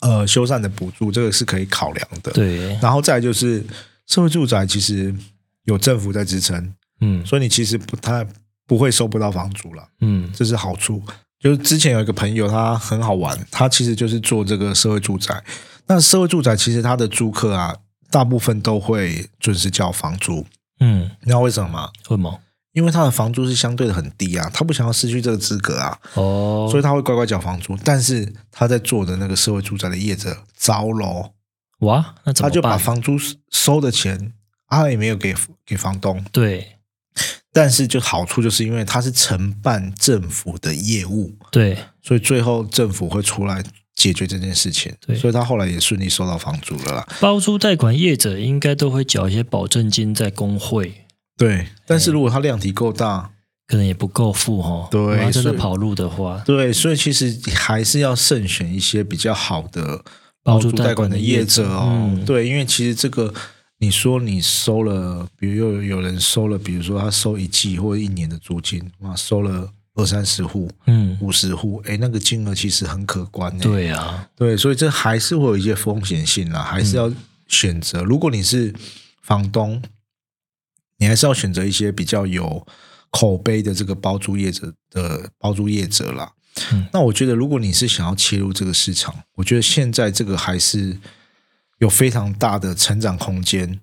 Speaker 1: 呃修缮的补助，这个是可以考量的。，
Speaker 2: 对，
Speaker 1: 然后再来就是社会住宅其实有政府在支撑，
Speaker 2: 嗯
Speaker 1: 所以你其实不太不会收不到房租了，
Speaker 2: 嗯，
Speaker 1: 这是好处。就是之前有一个朋友，他很好玩，他其实就是做这个社会住宅。那社会住宅其实他的租客啊，大部分都会准时交房租。
Speaker 2: 嗯，
Speaker 1: 你知道为什么吗？
Speaker 2: 为什么？
Speaker 1: 因为他的房租是相对的很低啊，他不想要失去这个资格啊，
Speaker 2: 哦，
Speaker 1: 所以他会乖乖缴房租。但是他在做的那个社会住宅的业者糟喽，
Speaker 2: 哇，那怎
Speaker 1: 他
Speaker 2: 么
Speaker 1: 就把
Speaker 2: 办？
Speaker 1: 房租收的钱，他也没有给给房东。
Speaker 2: 对
Speaker 1: 但是就好处就是因为他是承办政府的业务，
Speaker 2: 对
Speaker 1: 所以最后政府会出来解决这件事情
Speaker 2: 对。
Speaker 1: 所以他后来也顺利收到房租了啦。
Speaker 2: 包租贷款业者应该都会缴一些保证金在工会，
Speaker 1: 对，但是如果他量体够大，
Speaker 2: 可能也不够付哦。
Speaker 1: 对
Speaker 2: 如果他真的
Speaker 1: 所以
Speaker 2: 跑路的话，
Speaker 1: 对，所以其实还是要慎选一些比较好的
Speaker 2: 包
Speaker 1: 包
Speaker 2: 租
Speaker 1: 租
Speaker 2: 代
Speaker 1: 代
Speaker 2: 管
Speaker 1: 管
Speaker 2: 的
Speaker 1: 的业
Speaker 2: 业者
Speaker 1: 者哦。
Speaker 2: 嗯
Speaker 1: 对，因为其实这个，你说你收了，比如又有人收了，比如说他收一季或一年的租金，哇，收了二三十户、
Speaker 2: 嗯，
Speaker 1: 五十户，哎，那个金额其实很可观欸呢。
Speaker 2: 对啊，
Speaker 1: 对，所以这还是会有一些风险性啦，还是要选择。如果你是房东，你还是要选择一些比较有口碑的这个包租业者的包租业者啦。
Speaker 2: 嗯
Speaker 1: 那我觉得，如果你是想要切入这个市场，我觉得现在这个还是有非常大的成长空间。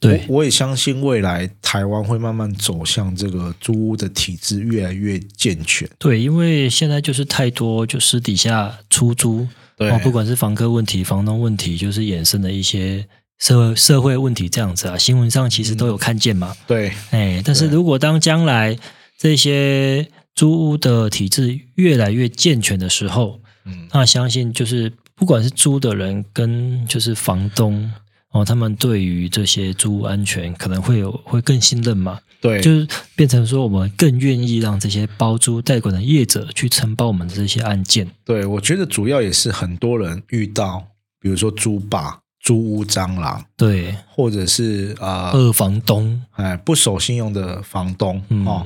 Speaker 2: 对
Speaker 1: 我我也相信未来台湾会慢慢走向这个租屋的体制越来越健全。
Speaker 2: 对，因为现在就是太多就私底下出租，
Speaker 1: 对
Speaker 2: 哦，不管是房客问题、房东问题，就是衍生的一些社会社会问题这样子啊，新闻上其实都有看见嘛。
Speaker 1: 对
Speaker 2: 哎，但是
Speaker 1: 嗯对
Speaker 2: 如果当将来这些租屋的体制越来越健全的时候，
Speaker 1: 嗯
Speaker 2: 那相信就是不管是租的人跟就是房东哦，他们对于这些租屋安全可能会有会更信任嘛，
Speaker 1: 对，
Speaker 2: 就是变成说我们更愿意让这些包租代管的业者去承包我们的这些案件。
Speaker 1: 对，我觉得主要也是很多人遇到，比如说猪霸、租屋蟑螂，
Speaker 2: 对，
Speaker 1: 或者是啊，呃
Speaker 2: 二房东，
Speaker 1: 哎，不守信用的房东、
Speaker 2: 嗯
Speaker 1: 哦，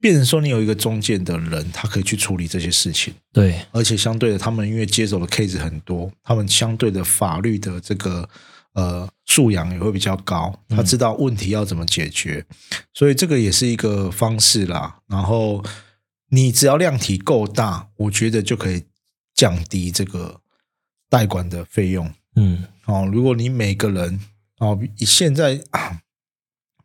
Speaker 1: 变成说你有一个中介的人，他可以去处理这些事情，
Speaker 2: 对
Speaker 1: 而且相对的，他们因为接手的 case 很多，他们相对的法律的这个呃素养也会比较高，他知道问题要怎么解决，所以这个也是一个方式啦。然后你只要量体够大，我觉得就可以降低这个代管的费用
Speaker 2: 嗯，
Speaker 1: 哦。如果你每个人哦，以现在啊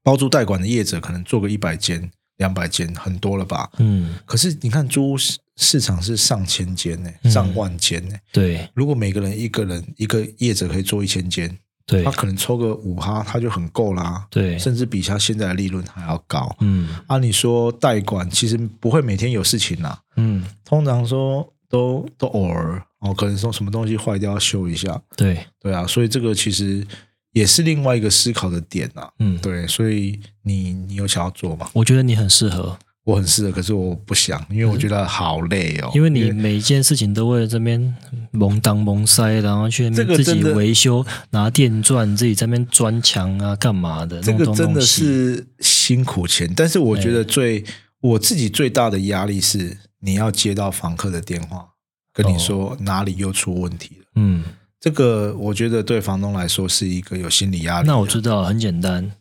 Speaker 1: 包租代管的业者可能做个一百间，两百间，很多了吧？
Speaker 2: 嗯，
Speaker 1: 可是你看租屋市市场是上千间呢、
Speaker 2: 嗯
Speaker 1: 上万间呢、
Speaker 2: 对
Speaker 1: 如果每个人一个人一个业者可以做一千间，
Speaker 2: 对
Speaker 1: 他可能抽个五趴，他就很够啦，
Speaker 2: 对，
Speaker 1: 甚至比他现在的利润还要高。
Speaker 2: 嗯
Speaker 1: 按理说代管其实不会每天有事情啦，
Speaker 2: 嗯，
Speaker 1: 通常说都都偶尔哦，可能说什么东西坏掉要修一下，
Speaker 2: 对，
Speaker 1: 对啊，所以这个其实也是另外一个思考的点啊。
Speaker 2: 嗯，
Speaker 1: 对，所以你你有想要做吗？
Speaker 2: 我觉得你很适合，
Speaker 1: 我很适合，可是我不想，因为我觉得好累哦。
Speaker 2: 因为你每一件事情都会这边蒙当蒙塞，然后去那
Speaker 1: 这个
Speaker 2: 边自己
Speaker 1: 真的
Speaker 2: 维修，拿电钻自己在那边钻墙啊，干嘛的？
Speaker 1: 这
Speaker 2: 弄
Speaker 1: 个
Speaker 2: 东
Speaker 1: 真的
Speaker 2: 弄西
Speaker 1: 是辛苦钱，但是我觉得最我自己最大的压力是，你要接到房客的电话，跟你
Speaker 2: 哦
Speaker 1: 说哪里又出问题了。
Speaker 2: 嗯，
Speaker 1: 这个我觉得对房东来说是一个有心理压力的。嗯
Speaker 2: 那我知道了，很简单，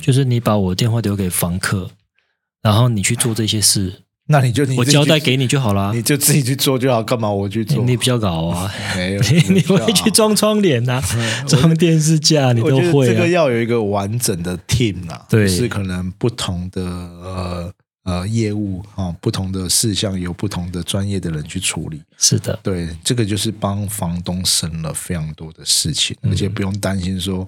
Speaker 2: 就是你把我电话留给房客，然后你去做这些事，
Speaker 1: 那你就你
Speaker 2: 我
Speaker 1: 自己
Speaker 2: 交代
Speaker 1: 去
Speaker 2: 给你就好啦。
Speaker 1: 你就自己去做就好，干嘛我去
Speaker 2: 你
Speaker 1: 做？
Speaker 2: 你比较 搞啊，
Speaker 1: 没有，
Speaker 2: 你你
Speaker 1: 我
Speaker 2: 会
Speaker 1: 比较嗯
Speaker 2: 去装窗帘呐、装电视架，你
Speaker 1: 我
Speaker 2: 都
Speaker 1: 觉得
Speaker 2: 会
Speaker 1: 这个
Speaker 2: 啊。
Speaker 1: 要有一个完整的 team 啦，
Speaker 2: 对
Speaker 1: 就是可能不同的呃呃业务啊、哦不同的事项有不同的专业的人去处理。
Speaker 2: 是的，
Speaker 1: 对，这个就是帮房东省了非常多的事情，
Speaker 2: 嗯
Speaker 1: 而且不用担心说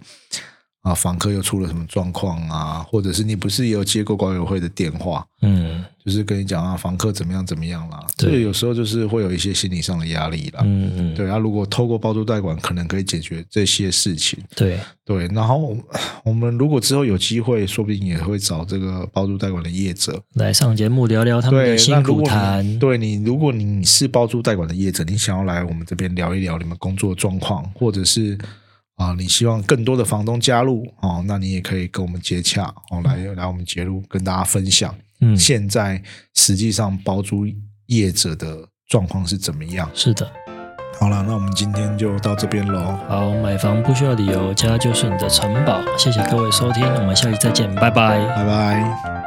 Speaker 1: 啊，房客又出了什么状况啊，或者是你不是也有接过管委会的电话，
Speaker 2: 嗯
Speaker 1: 就是跟你讲啊，房客怎么样怎么样啦。
Speaker 2: 对
Speaker 1: 这个有时候就是会有一些心理上的压力啦。
Speaker 2: 嗯嗯，
Speaker 1: 对啊，如果透过包租代管，可能可以解决这些事情。
Speaker 2: 对
Speaker 1: 对，然后我们我们如果之后有机会，说不定也会找这个包租代管的业者。
Speaker 2: 来上节目聊聊他们
Speaker 1: 对
Speaker 2: 的，
Speaker 1: 那
Speaker 2: 辛
Speaker 1: 如
Speaker 2: 苦
Speaker 1: 果
Speaker 2: 谈
Speaker 1: 你，对你，如果你是包租代管的业者，你想要来我们这边聊一聊你们工作状况，或者是啊、你希望更多的房东加入哦，那你也可以跟我们接洽哦，来来我们节目跟大家分享，
Speaker 2: 嗯，
Speaker 1: 现在实际上包租业者的状况是怎么样。
Speaker 2: 是的。
Speaker 1: 好了，那我们今天就到这边喽，
Speaker 2: 好，买房不需要理由，家就是你的城堡。谢谢各位收听，我们下期再见，拜拜。
Speaker 1: 拜拜。